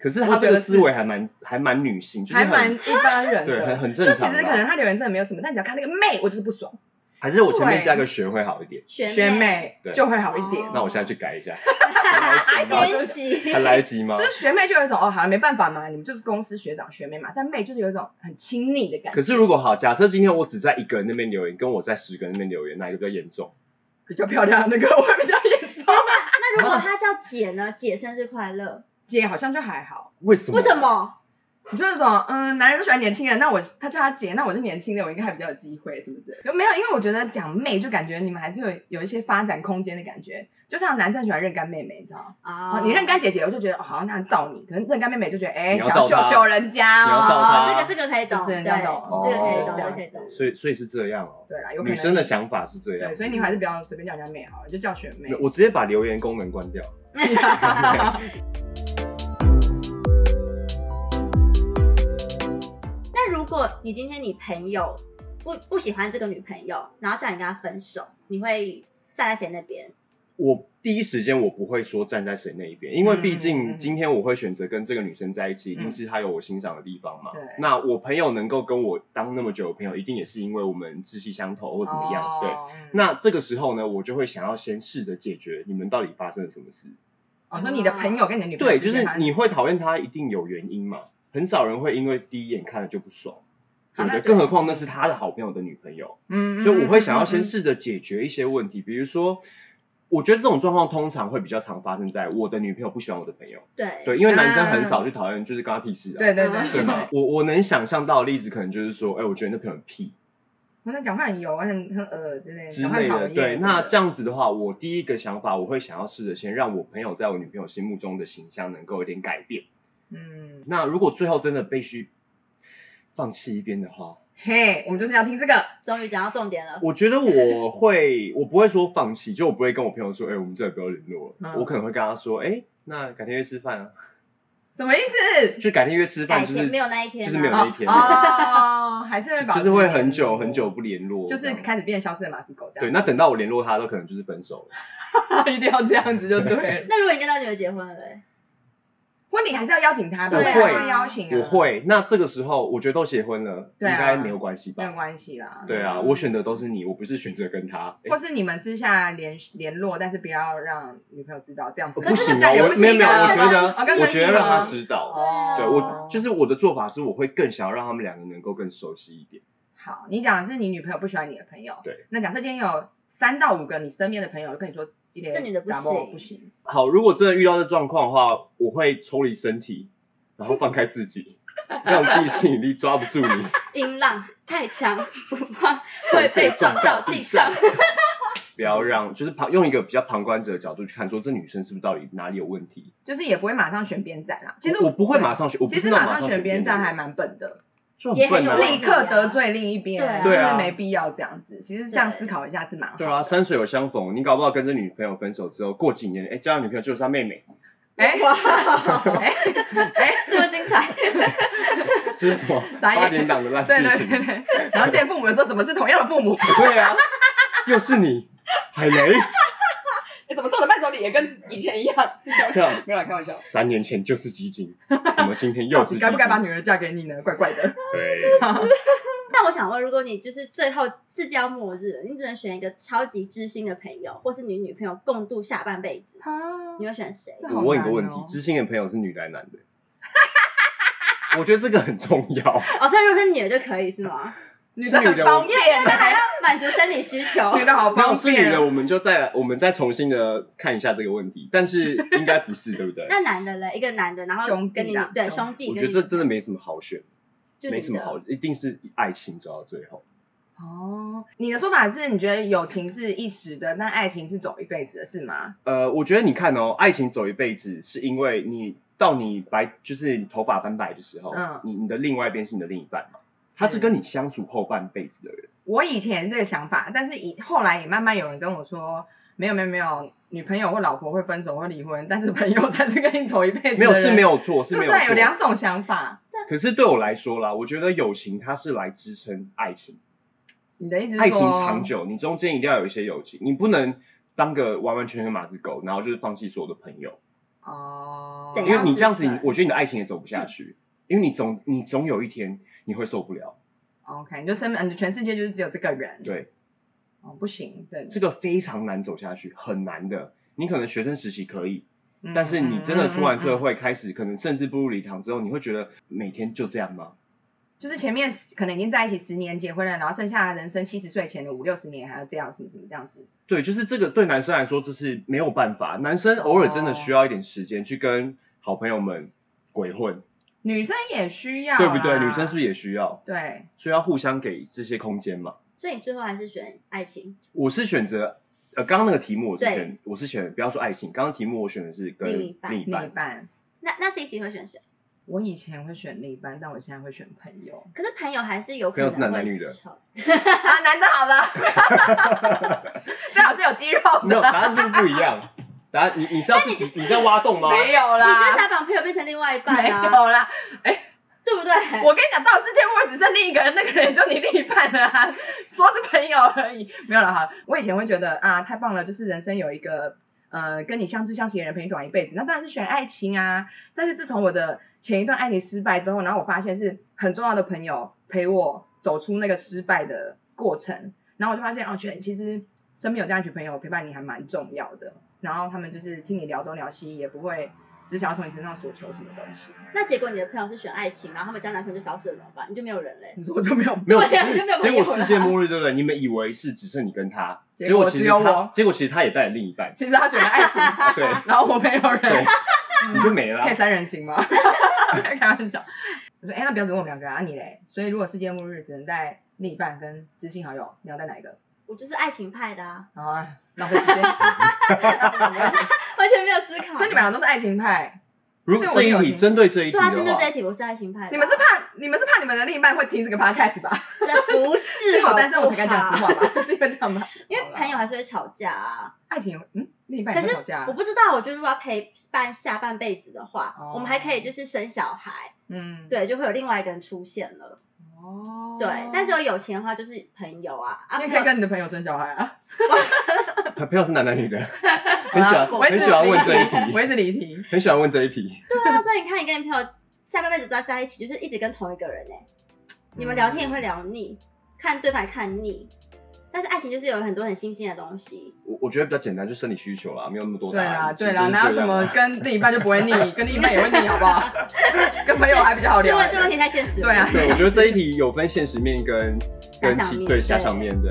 [SPEAKER 3] 可是他这个思维还蛮还蛮女性，就是
[SPEAKER 1] 还
[SPEAKER 3] 很
[SPEAKER 1] 蛮一般人
[SPEAKER 3] 对，很
[SPEAKER 1] 的。
[SPEAKER 3] 很
[SPEAKER 1] 就
[SPEAKER 3] 正
[SPEAKER 1] 其
[SPEAKER 3] 常啦。
[SPEAKER 1] 实可能他留言真的没有什么，但只要看那个妹，我就是不爽，
[SPEAKER 3] 还是我前面
[SPEAKER 1] 对
[SPEAKER 3] 加个学会好一点。
[SPEAKER 2] 学
[SPEAKER 1] 学 妹
[SPEAKER 3] 对
[SPEAKER 1] 就会好一点。
[SPEAKER 2] 哦
[SPEAKER 3] 那我现在去改 一下，
[SPEAKER 2] 还
[SPEAKER 3] 来
[SPEAKER 2] 编辑，
[SPEAKER 3] 还来得及吗
[SPEAKER 1] 就？是学妹就有一种哦，好了，没办法嘛，你们就是公司学长学妹嘛，但妹就是有一种很亲昵的感觉，
[SPEAKER 3] 可是如果好，假设今天我只在一个人那边留言，跟我在十个人那边留言，哪一个比较严重？
[SPEAKER 1] 比较漂亮的那个会比较严重。
[SPEAKER 2] 啊
[SPEAKER 1] 啊
[SPEAKER 2] 那如果她叫姐呢？姐生日快乐，
[SPEAKER 1] 姐好像就还好，
[SPEAKER 3] 为什么？
[SPEAKER 2] 为什？么？
[SPEAKER 1] 你就那种嗯，男人都喜欢年轻人，那我他叫他姐，那我是年轻的，我应该还比较有机会什么之类的。没有，因为我觉得讲妹就感觉你们还是有 有一些发展空间的感觉，就像男生喜欢认干妹妹，你知道吗？
[SPEAKER 2] 啊
[SPEAKER 1] 哦，你认干姐姐，
[SPEAKER 3] 嗯
[SPEAKER 1] 我就觉得、哦、好像他很造你，可能认干妹妹就觉得哎，
[SPEAKER 3] 你要
[SPEAKER 1] 想要秀
[SPEAKER 3] 照她
[SPEAKER 1] 秀人家
[SPEAKER 3] 你要照
[SPEAKER 1] 哦
[SPEAKER 3] 她。
[SPEAKER 2] 这个这个可以
[SPEAKER 1] 是
[SPEAKER 2] 懂，
[SPEAKER 1] 不
[SPEAKER 2] 对，
[SPEAKER 1] 是你要
[SPEAKER 2] 这个可以
[SPEAKER 1] 懂
[SPEAKER 2] 懂，
[SPEAKER 3] 哦
[SPEAKER 2] 这个可以懂。
[SPEAKER 3] 所以所以是这样哦，
[SPEAKER 1] 对啊啦，有可能
[SPEAKER 3] 女生的想法是这样
[SPEAKER 1] 对，。所以你还是不要随便叫人家妹好了，就叫学妹。
[SPEAKER 3] 我直接把留言功能关掉。
[SPEAKER 2] 那如果你今天你朋友不不喜欢这个女朋友，然后叫你跟她分手，你会站在谁那边？
[SPEAKER 3] 我第一时间我不会说站在谁那一边，因为
[SPEAKER 1] 嗯
[SPEAKER 3] 毕竟
[SPEAKER 1] 嗯
[SPEAKER 3] 今天我会选择跟这个女生在一起，一定
[SPEAKER 1] 嗯
[SPEAKER 3] 是她有我欣赏的地方嘛
[SPEAKER 1] 对。
[SPEAKER 3] 那我朋友能够跟我当那么久的朋友，一定也是因为我们志气相投或怎么样。对，
[SPEAKER 1] 哦嗯
[SPEAKER 3] 那这个时候呢，我就会想要先试着解决你们到底发生了什么事。
[SPEAKER 1] 哦，说你的朋友跟你的女朋友
[SPEAKER 3] 对，
[SPEAKER 1] 之
[SPEAKER 3] 就
[SPEAKER 1] 间
[SPEAKER 3] 是
[SPEAKER 1] 发生
[SPEAKER 3] 你会讨厌他，一定有原因嘛。很少人会因为第一眼看了就不爽，对不
[SPEAKER 1] 啊好那
[SPEAKER 3] 对？
[SPEAKER 1] 对
[SPEAKER 3] 更何况那是他的好朋友的女朋友，
[SPEAKER 1] 嗯，嗯
[SPEAKER 3] 所以我会想要
[SPEAKER 1] 嗯
[SPEAKER 3] 先
[SPEAKER 1] 嗯
[SPEAKER 3] 试着解决一些问题，比如说。我觉得这种状况通常会比较常发生在我的女朋友不喜欢我的朋友，
[SPEAKER 2] 对
[SPEAKER 3] 对，因为男生
[SPEAKER 1] 啊
[SPEAKER 3] 很少去讨厌，就是跟他屁事啊，
[SPEAKER 1] 对对
[SPEAKER 2] 嗯
[SPEAKER 1] 对
[SPEAKER 3] 对吗？我我能想象到的例子可能就是说，哎，我觉得那朋友很屁，
[SPEAKER 1] 我在讲话很油、很很恶之类的，
[SPEAKER 3] 之
[SPEAKER 1] 讲话
[SPEAKER 3] 类
[SPEAKER 1] 讨
[SPEAKER 3] 的。
[SPEAKER 1] 厌。
[SPEAKER 3] 对，那这
[SPEAKER 1] 样
[SPEAKER 3] 样子的话，我第一个想法，我会想要试着先让我朋友在我女朋友心目中的形象能够有点改变。
[SPEAKER 1] 嗯，
[SPEAKER 3] 那如果最后真的必须放弃一边的话，
[SPEAKER 1] 嘿，我们就是要听这个。
[SPEAKER 2] 终于讲到重点了。
[SPEAKER 3] 我觉得我会，我不会说放弃，就我不会跟我朋友说，哎、我们再也不要联络了。
[SPEAKER 1] 嗯
[SPEAKER 3] 我可能会跟他说，哎、那改天约吃饭啊，
[SPEAKER 1] 什么意思？
[SPEAKER 3] 就改天约吃
[SPEAKER 2] 改
[SPEAKER 3] 饭，就
[SPEAKER 2] 天
[SPEAKER 3] 是
[SPEAKER 2] 没有那一天啊，
[SPEAKER 3] 就是没有那一天，
[SPEAKER 1] 哦，还是会保
[SPEAKER 3] 就
[SPEAKER 1] 持
[SPEAKER 3] 是会很久很久，不联络，
[SPEAKER 1] 就是
[SPEAKER 3] 这样
[SPEAKER 1] 开始变消失的马斯狗这
[SPEAKER 3] 对。
[SPEAKER 1] 样。
[SPEAKER 3] 那等到我联络他，都可能就是分手了。
[SPEAKER 1] 那一定要这样子就对了。
[SPEAKER 2] 哦那如果你跟那女的结婚了嘞，
[SPEAKER 1] 婚礼还是要邀请他吧，
[SPEAKER 3] 我会
[SPEAKER 1] 还是要邀请啊，
[SPEAKER 3] 我会，那这个时候我觉得都结婚了，
[SPEAKER 1] 对啊
[SPEAKER 3] 应该没有关系
[SPEAKER 1] 没有
[SPEAKER 3] 吧？
[SPEAKER 1] 关系啦。
[SPEAKER 3] 对啊，我选的都是你，我不是选择跟他。诶
[SPEAKER 1] 或是你们私下联联络，但是不要让女朋友知道，这样子
[SPEAKER 3] 不行
[SPEAKER 1] 这样
[SPEAKER 3] 啊，
[SPEAKER 1] 也
[SPEAKER 3] 我
[SPEAKER 1] 不
[SPEAKER 3] 没
[SPEAKER 1] 行
[SPEAKER 3] 有没有，我
[SPEAKER 1] 啊
[SPEAKER 3] 觉
[SPEAKER 2] 哦
[SPEAKER 1] 刚
[SPEAKER 3] 得
[SPEAKER 1] 才
[SPEAKER 3] 我觉
[SPEAKER 1] 是
[SPEAKER 3] 得让他
[SPEAKER 1] 吗
[SPEAKER 3] 知道。
[SPEAKER 1] 哦，
[SPEAKER 3] 对我就是我的做法是，我会更想要让他们两个能够更熟悉一点。
[SPEAKER 1] 好，你讲的是你女朋友不喜欢你的朋友。
[SPEAKER 3] 对。
[SPEAKER 1] 那假设今天有三到五个你身边的朋友跟你说，今天
[SPEAKER 2] 这女的不
[SPEAKER 1] 打爆
[SPEAKER 2] 行
[SPEAKER 1] 不行，
[SPEAKER 3] 好，如果真的遇到这状况的话，我会抽离身体，然后放开自己，让自己吸引力抓不住你，
[SPEAKER 2] 音浪太强，不怕会被撞到地上。
[SPEAKER 3] 不要让就是旁用一个比较旁观者的角度去看，说这女生是不是到底哪里有问题。
[SPEAKER 1] 就是也不会马上选边站啦。其实
[SPEAKER 3] 我我不会马上选，我
[SPEAKER 1] 对，啊
[SPEAKER 3] 不
[SPEAKER 1] 其
[SPEAKER 3] 知
[SPEAKER 1] 实
[SPEAKER 3] 道
[SPEAKER 1] 马
[SPEAKER 3] 马
[SPEAKER 1] 上选边站
[SPEAKER 3] 站
[SPEAKER 1] 还蛮笨的，
[SPEAKER 3] 就很
[SPEAKER 2] 也很
[SPEAKER 3] 笨
[SPEAKER 2] 有
[SPEAKER 3] 啊
[SPEAKER 2] 力
[SPEAKER 1] 立。刻得罪另一边，
[SPEAKER 2] 对啊
[SPEAKER 3] 对啊
[SPEAKER 1] 就是没必要这样子。其实这样思考一下是蛮好。
[SPEAKER 3] 对啊，山水有相逢，你搞不好跟这女朋友分手之后，过几年，哎，交到女朋友就是她妹妹，
[SPEAKER 1] 哎
[SPEAKER 2] 哇，
[SPEAKER 1] 哎哎，
[SPEAKER 2] 这么精彩！
[SPEAKER 3] 这是什么
[SPEAKER 1] 傻眼
[SPEAKER 3] 八点档的烂
[SPEAKER 1] 对
[SPEAKER 3] 剧
[SPEAKER 1] 对
[SPEAKER 3] 情？
[SPEAKER 1] 对对。然后见父母的时候，怎么是同样的父母？
[SPEAKER 3] 对啊，又是你，海雷。
[SPEAKER 1] 哎怎么送的伴手礼也跟以前一样？
[SPEAKER 3] 这样
[SPEAKER 1] 没有啦开玩笑。
[SPEAKER 3] 三年前就是基金，怎么今天
[SPEAKER 1] 到
[SPEAKER 3] 又是
[SPEAKER 1] 底
[SPEAKER 3] 基金？
[SPEAKER 1] 该不该把女儿嫁给你呢？怪怪的。
[SPEAKER 3] 对，
[SPEAKER 2] 但我想问，如果你就是最后世界要末日了，你只能选一个超级知心的朋友，或是你女朋友共度下半辈子，
[SPEAKER 1] 啊
[SPEAKER 2] 你会选谁？
[SPEAKER 1] 这好
[SPEAKER 3] 我问一个
[SPEAKER 1] 难
[SPEAKER 3] 问
[SPEAKER 1] 哦
[SPEAKER 3] 题，知心的朋友是女的还是男的？ 我觉得这个很重要。
[SPEAKER 2] 哦，所以如果是女的就可以是吗？
[SPEAKER 1] 女的
[SPEAKER 3] 是女
[SPEAKER 1] 很
[SPEAKER 3] 的
[SPEAKER 1] 方
[SPEAKER 3] 我
[SPEAKER 1] 便啊
[SPEAKER 2] 因为还要满足生理需求
[SPEAKER 1] 欸，。女的好
[SPEAKER 3] 然后
[SPEAKER 1] 方
[SPEAKER 3] 是 女
[SPEAKER 1] 便
[SPEAKER 3] 的，
[SPEAKER 1] 哦。
[SPEAKER 3] 我们就再来我们再重新的看一下这个问题，但是应该不是，对不对？
[SPEAKER 2] 那男的嘞，一个男的，然后
[SPEAKER 1] 兄弟
[SPEAKER 2] 跟你
[SPEAKER 1] 啦
[SPEAKER 2] 对
[SPEAKER 1] 兄
[SPEAKER 2] 兄弟
[SPEAKER 3] 我
[SPEAKER 2] 跟
[SPEAKER 3] 觉
[SPEAKER 2] 你，
[SPEAKER 3] 得这真的没什么好选，
[SPEAKER 2] 就
[SPEAKER 3] 没
[SPEAKER 2] 女
[SPEAKER 3] 什么
[SPEAKER 2] 的
[SPEAKER 3] 好，一定是爱情走到最后。
[SPEAKER 1] 哦，你的说法是你觉得友情是一时的，但爱情是走一辈子的，是吗？
[SPEAKER 3] 呃，我觉得你看哦，爱情走一辈子，是因为你到你白，就是你头发斑白的时候，
[SPEAKER 1] 嗯
[SPEAKER 3] 你你的另外一边是你的另一半嘛，他是跟你相处后半辈子的人。
[SPEAKER 1] 我以前也是这个想法，但是以后来也慢慢有人跟我说，没有没有没有，女朋友或老婆会分手或离婚，但是朋友才是跟你走一辈子的人。
[SPEAKER 3] 没有是没有错，是
[SPEAKER 1] 对
[SPEAKER 3] 没
[SPEAKER 1] 不
[SPEAKER 3] 有
[SPEAKER 1] 对？有
[SPEAKER 3] 错。
[SPEAKER 1] 两种想法。
[SPEAKER 3] 可是对我来说啦，我觉得友情它是来支撑爱情，
[SPEAKER 1] 你的意思是说，
[SPEAKER 3] 爱情长久，你中间一定要有一些友情，你不能当个完完全全马子狗，然后就是放弃所有的朋友，
[SPEAKER 1] 哦，
[SPEAKER 2] 怎
[SPEAKER 3] 因为
[SPEAKER 2] 样
[SPEAKER 3] 你这样
[SPEAKER 2] 支
[SPEAKER 3] 子
[SPEAKER 2] 撑，
[SPEAKER 3] 我觉得你的爱情也走不下
[SPEAKER 1] 嗯
[SPEAKER 3] 去，因为你总你总有一天你会受不了。
[SPEAKER 1] OK，你就身边，你全世界就是只有这个人。，
[SPEAKER 3] 对，
[SPEAKER 1] 哦，不行，对。
[SPEAKER 3] 这个非常难走下去，很难的。你可能学生时期可以，
[SPEAKER 1] 嗯
[SPEAKER 3] 但是你真的出完
[SPEAKER 1] 嗯嗯
[SPEAKER 3] 社，
[SPEAKER 1] 嗯
[SPEAKER 3] 会开始，可能甚至步入礼堂之后，你会觉得每天就这样吗？
[SPEAKER 1] 就是前面可能已经在一起十年结婚了，然后剩下的人生七十岁前的五六十年还要这样，什么什么这样子。
[SPEAKER 3] 对，就是这个对男生来说这是没有办法，男生偶尔真的需要一点时间去跟好朋友们鬼混，
[SPEAKER 1] 女生也需要，啊
[SPEAKER 3] 对不对？女生是不？是也需要？
[SPEAKER 1] 对，
[SPEAKER 3] 所以要互相给这些空间嘛。
[SPEAKER 2] 所以你最后还是选爱情，
[SPEAKER 3] 我是选择呃，刚刚那个题目我是
[SPEAKER 2] 对
[SPEAKER 3] 选，我是选不要说爱情，刚刚题目我选的是跟
[SPEAKER 2] 另一半
[SPEAKER 3] 另一
[SPEAKER 1] 另一
[SPEAKER 3] 半，
[SPEAKER 1] 半。
[SPEAKER 2] 那那 C C 会选谁？。
[SPEAKER 1] 我以前会选另一半，但我现在会选朋友
[SPEAKER 2] 可是朋友还是有可
[SPEAKER 3] 朋友
[SPEAKER 2] 能
[SPEAKER 3] 是男男
[SPEAKER 2] 会
[SPEAKER 3] 女的
[SPEAKER 2] 吵
[SPEAKER 1] 啊，男的好了， 最好是有肌肉
[SPEAKER 3] 没有
[SPEAKER 1] 的。
[SPEAKER 3] 答案是不一样。答案你你是要自己你在挖洞吗？
[SPEAKER 1] 没有
[SPEAKER 2] 你就是
[SPEAKER 1] 啦，
[SPEAKER 2] 想把朋友变成另外一
[SPEAKER 1] 没
[SPEAKER 2] 半啊，
[SPEAKER 1] 有啦。
[SPEAKER 2] 对不对？
[SPEAKER 1] 我跟你讲，到世界末日只剩另一个人，那个人也就你另一半了、啊， 说是朋友而已，没有了哈。我以前会觉得啊，太棒了，就是人生有一个呃跟你相知相惜的人陪你走完一辈子，那当然是选爱情啊。但是自从我的前一段爱情失败之后，然后我发现是很重要的朋友陪我走出那个失败的过程，然后我就发现哦，全其实身边有这样一群朋友陪伴你还蛮重要的，然后他们就是听你聊东聊西，也不会只想要从你身上索求什么东西。
[SPEAKER 2] 那结果你的朋友是选爱情，然后他们交男朋友就消失了，怎么办？你就没有人嘞？
[SPEAKER 1] 你说我就没有
[SPEAKER 3] 没有，
[SPEAKER 2] 对啊就没有
[SPEAKER 3] 结
[SPEAKER 2] 朋友
[SPEAKER 3] 果
[SPEAKER 2] 了
[SPEAKER 3] 世界末日，对不对？你们以为是只剩你跟他，
[SPEAKER 1] 结
[SPEAKER 3] 结
[SPEAKER 1] 果
[SPEAKER 3] 果其
[SPEAKER 1] 只
[SPEAKER 3] 实
[SPEAKER 1] 有
[SPEAKER 3] 他
[SPEAKER 1] 我，
[SPEAKER 3] 结果其实他也带了另一半，
[SPEAKER 1] 其实他选了爱 情，
[SPEAKER 3] 对
[SPEAKER 1] 然后我没有
[SPEAKER 3] 对
[SPEAKER 1] 人，，
[SPEAKER 3] 你就没了 啊
[SPEAKER 1] 可以。三人行吗？开玩笑。我说，哎、那不要只问我们两个啊，你嘞？所以如果世界末日只能带另一半跟知心好友，你要带哪一个？
[SPEAKER 2] 我就是爱情派的啊，
[SPEAKER 1] 好啊，浪费时间。
[SPEAKER 2] 完全没有思考。
[SPEAKER 1] 所以你们俩都是爱情派，
[SPEAKER 3] 如果这一
[SPEAKER 1] 对我有
[SPEAKER 3] 题
[SPEAKER 1] 听
[SPEAKER 3] 针对这一题
[SPEAKER 2] 对
[SPEAKER 3] 的
[SPEAKER 2] 啊，针对这
[SPEAKER 3] 话
[SPEAKER 2] 一，题我是爱情派的啊。
[SPEAKER 1] 你们是怕你们是怕你们的另一半会听这个 podcast 吧？
[SPEAKER 2] 这啊不是
[SPEAKER 1] 幸好
[SPEAKER 2] 好
[SPEAKER 1] 单身，我才
[SPEAKER 2] 不
[SPEAKER 1] 敢讲实
[SPEAKER 2] 好
[SPEAKER 1] 话吧？是因为这样吧？
[SPEAKER 2] 因为朋友
[SPEAKER 1] 好啦
[SPEAKER 2] 还是会吵架啊。
[SPEAKER 1] 爱情，嗯，另一半
[SPEAKER 2] 可
[SPEAKER 1] 也会
[SPEAKER 2] 是
[SPEAKER 1] 吵架
[SPEAKER 2] 我，不知道，我觉得如果要陪伴下半辈子的话，
[SPEAKER 1] 哦
[SPEAKER 2] 我们还可以就是生小孩，
[SPEAKER 1] 嗯，，
[SPEAKER 2] 对，就会有另外一个人出现了。
[SPEAKER 1] 哦，
[SPEAKER 2] 对，但只有友情的话就是朋友啊，啊
[SPEAKER 1] 你
[SPEAKER 2] 朋
[SPEAKER 1] 也可以
[SPEAKER 2] 友
[SPEAKER 1] 跟你的朋友生小孩啊。
[SPEAKER 3] 朋友是男男 女的，很喜欢
[SPEAKER 1] 好啦我一直
[SPEAKER 3] 很喜欢问这 一
[SPEAKER 1] 我
[SPEAKER 3] 题，
[SPEAKER 1] 一直离题。
[SPEAKER 3] 很喜欢问这一题。
[SPEAKER 2] 对啊，所以你看你跟你朋友下半辈子都要在一起，就是一直跟同一个人哎、你们聊天也会聊
[SPEAKER 1] 嗯
[SPEAKER 2] 腻，看对方也看腻，但是爱情就是有很多很新鲜的东西。
[SPEAKER 3] 我我觉得比较简单，就生理需求啦，没有那么多
[SPEAKER 1] 对
[SPEAKER 3] 答
[SPEAKER 1] 啦，
[SPEAKER 3] 案。
[SPEAKER 1] 对啦，
[SPEAKER 3] 其实
[SPEAKER 1] 哪有
[SPEAKER 3] 就
[SPEAKER 1] 什
[SPEAKER 3] 是这样
[SPEAKER 1] 么跟另一半就不会腻，跟另一半也会腻，好不 好？跟朋友还比较好
[SPEAKER 2] 这
[SPEAKER 1] 聊
[SPEAKER 2] 问这问
[SPEAKER 1] 欸。
[SPEAKER 2] 题太现实了。
[SPEAKER 1] 对啊，
[SPEAKER 3] 对，我觉得这一题有分现实面跟跟
[SPEAKER 2] 遐想
[SPEAKER 3] 其
[SPEAKER 2] 面
[SPEAKER 3] 对
[SPEAKER 2] 对
[SPEAKER 3] 遐想面对。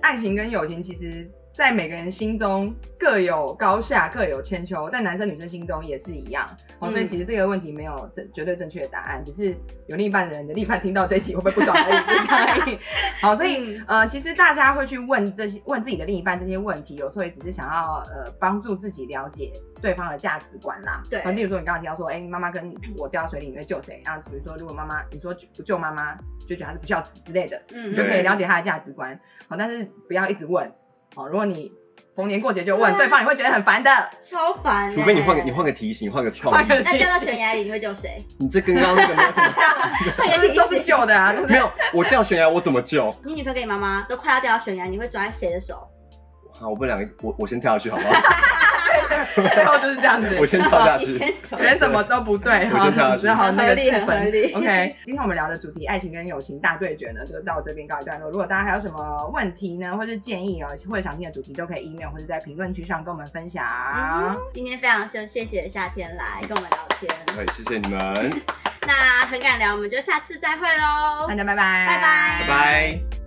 [SPEAKER 1] 爱情跟友情其实，在每个人心中各有高下，各有千秋，在男生女生心中也是一样。哦，
[SPEAKER 2] 嗯
[SPEAKER 1] 所以其实这个问题没有正绝对正确的答案，只是有另一半的人，你的另一半听到这一集会不会不爽而已， 就是这样而已。好，所以
[SPEAKER 2] 嗯
[SPEAKER 1] 呃，其实大家会去问这些问自己的另一半这些问题，有时候也只是想要呃帮助自己了解对方的价值观啦。
[SPEAKER 2] 对
[SPEAKER 1] 呃例如说你刚刚提到说，哎、妈妈跟我掉到水里，你会救谁？然后比如说，如果妈妈你说不救妈妈，就觉得她是不孝子之类的，
[SPEAKER 2] 嗯
[SPEAKER 1] 你就可以
[SPEAKER 3] 对
[SPEAKER 1] 了解她的价值观。好、但是不要一直问。好、如果你逢年过节就问，
[SPEAKER 2] 对啊
[SPEAKER 1] 对方也会觉得很烦的。
[SPEAKER 2] 超烦、欸。
[SPEAKER 3] 除非你换个你换个题型，换个创
[SPEAKER 1] 换
[SPEAKER 3] 意
[SPEAKER 1] 个，
[SPEAKER 2] 那掉到悬崖里，你会救 谁？
[SPEAKER 3] 你这跟刚刚那个没有什么
[SPEAKER 2] 换
[SPEAKER 1] 都
[SPEAKER 2] 个
[SPEAKER 1] 是
[SPEAKER 2] 提
[SPEAKER 1] 都是
[SPEAKER 2] 示，
[SPEAKER 1] 救的啊，都是
[SPEAKER 3] 没有。我掉悬崖，我怎么救？
[SPEAKER 2] 你女朋友跟你妈妈都快要掉到悬崖，你会抓谁的手？
[SPEAKER 3] 好，我们两个，我我先跳下去好不好？
[SPEAKER 1] 最后就是这样子。
[SPEAKER 3] 我先跳下去
[SPEAKER 2] 你。先说
[SPEAKER 1] 选什么都不对
[SPEAKER 3] 我先跳
[SPEAKER 1] 哈，
[SPEAKER 3] 下去
[SPEAKER 1] 只好那个
[SPEAKER 2] 很合理
[SPEAKER 1] 剧
[SPEAKER 2] 很合
[SPEAKER 1] 本。
[SPEAKER 2] 理
[SPEAKER 1] OK，今天我们聊的主题爱情跟友情大对决呢，就到这边告一段落。如果大家还有什么问题呢，或是建议哦，或者想听的主题，都可以 email 或者在评论区上跟我们分享。
[SPEAKER 2] 嗯今天非常谢谢谢夏天来跟我们聊天，
[SPEAKER 3] 哎，谢谢你们，
[SPEAKER 2] 那很敢聊，我们就下次再会喽，
[SPEAKER 1] 大家拜拜，
[SPEAKER 2] 拜拜
[SPEAKER 3] 拜拜。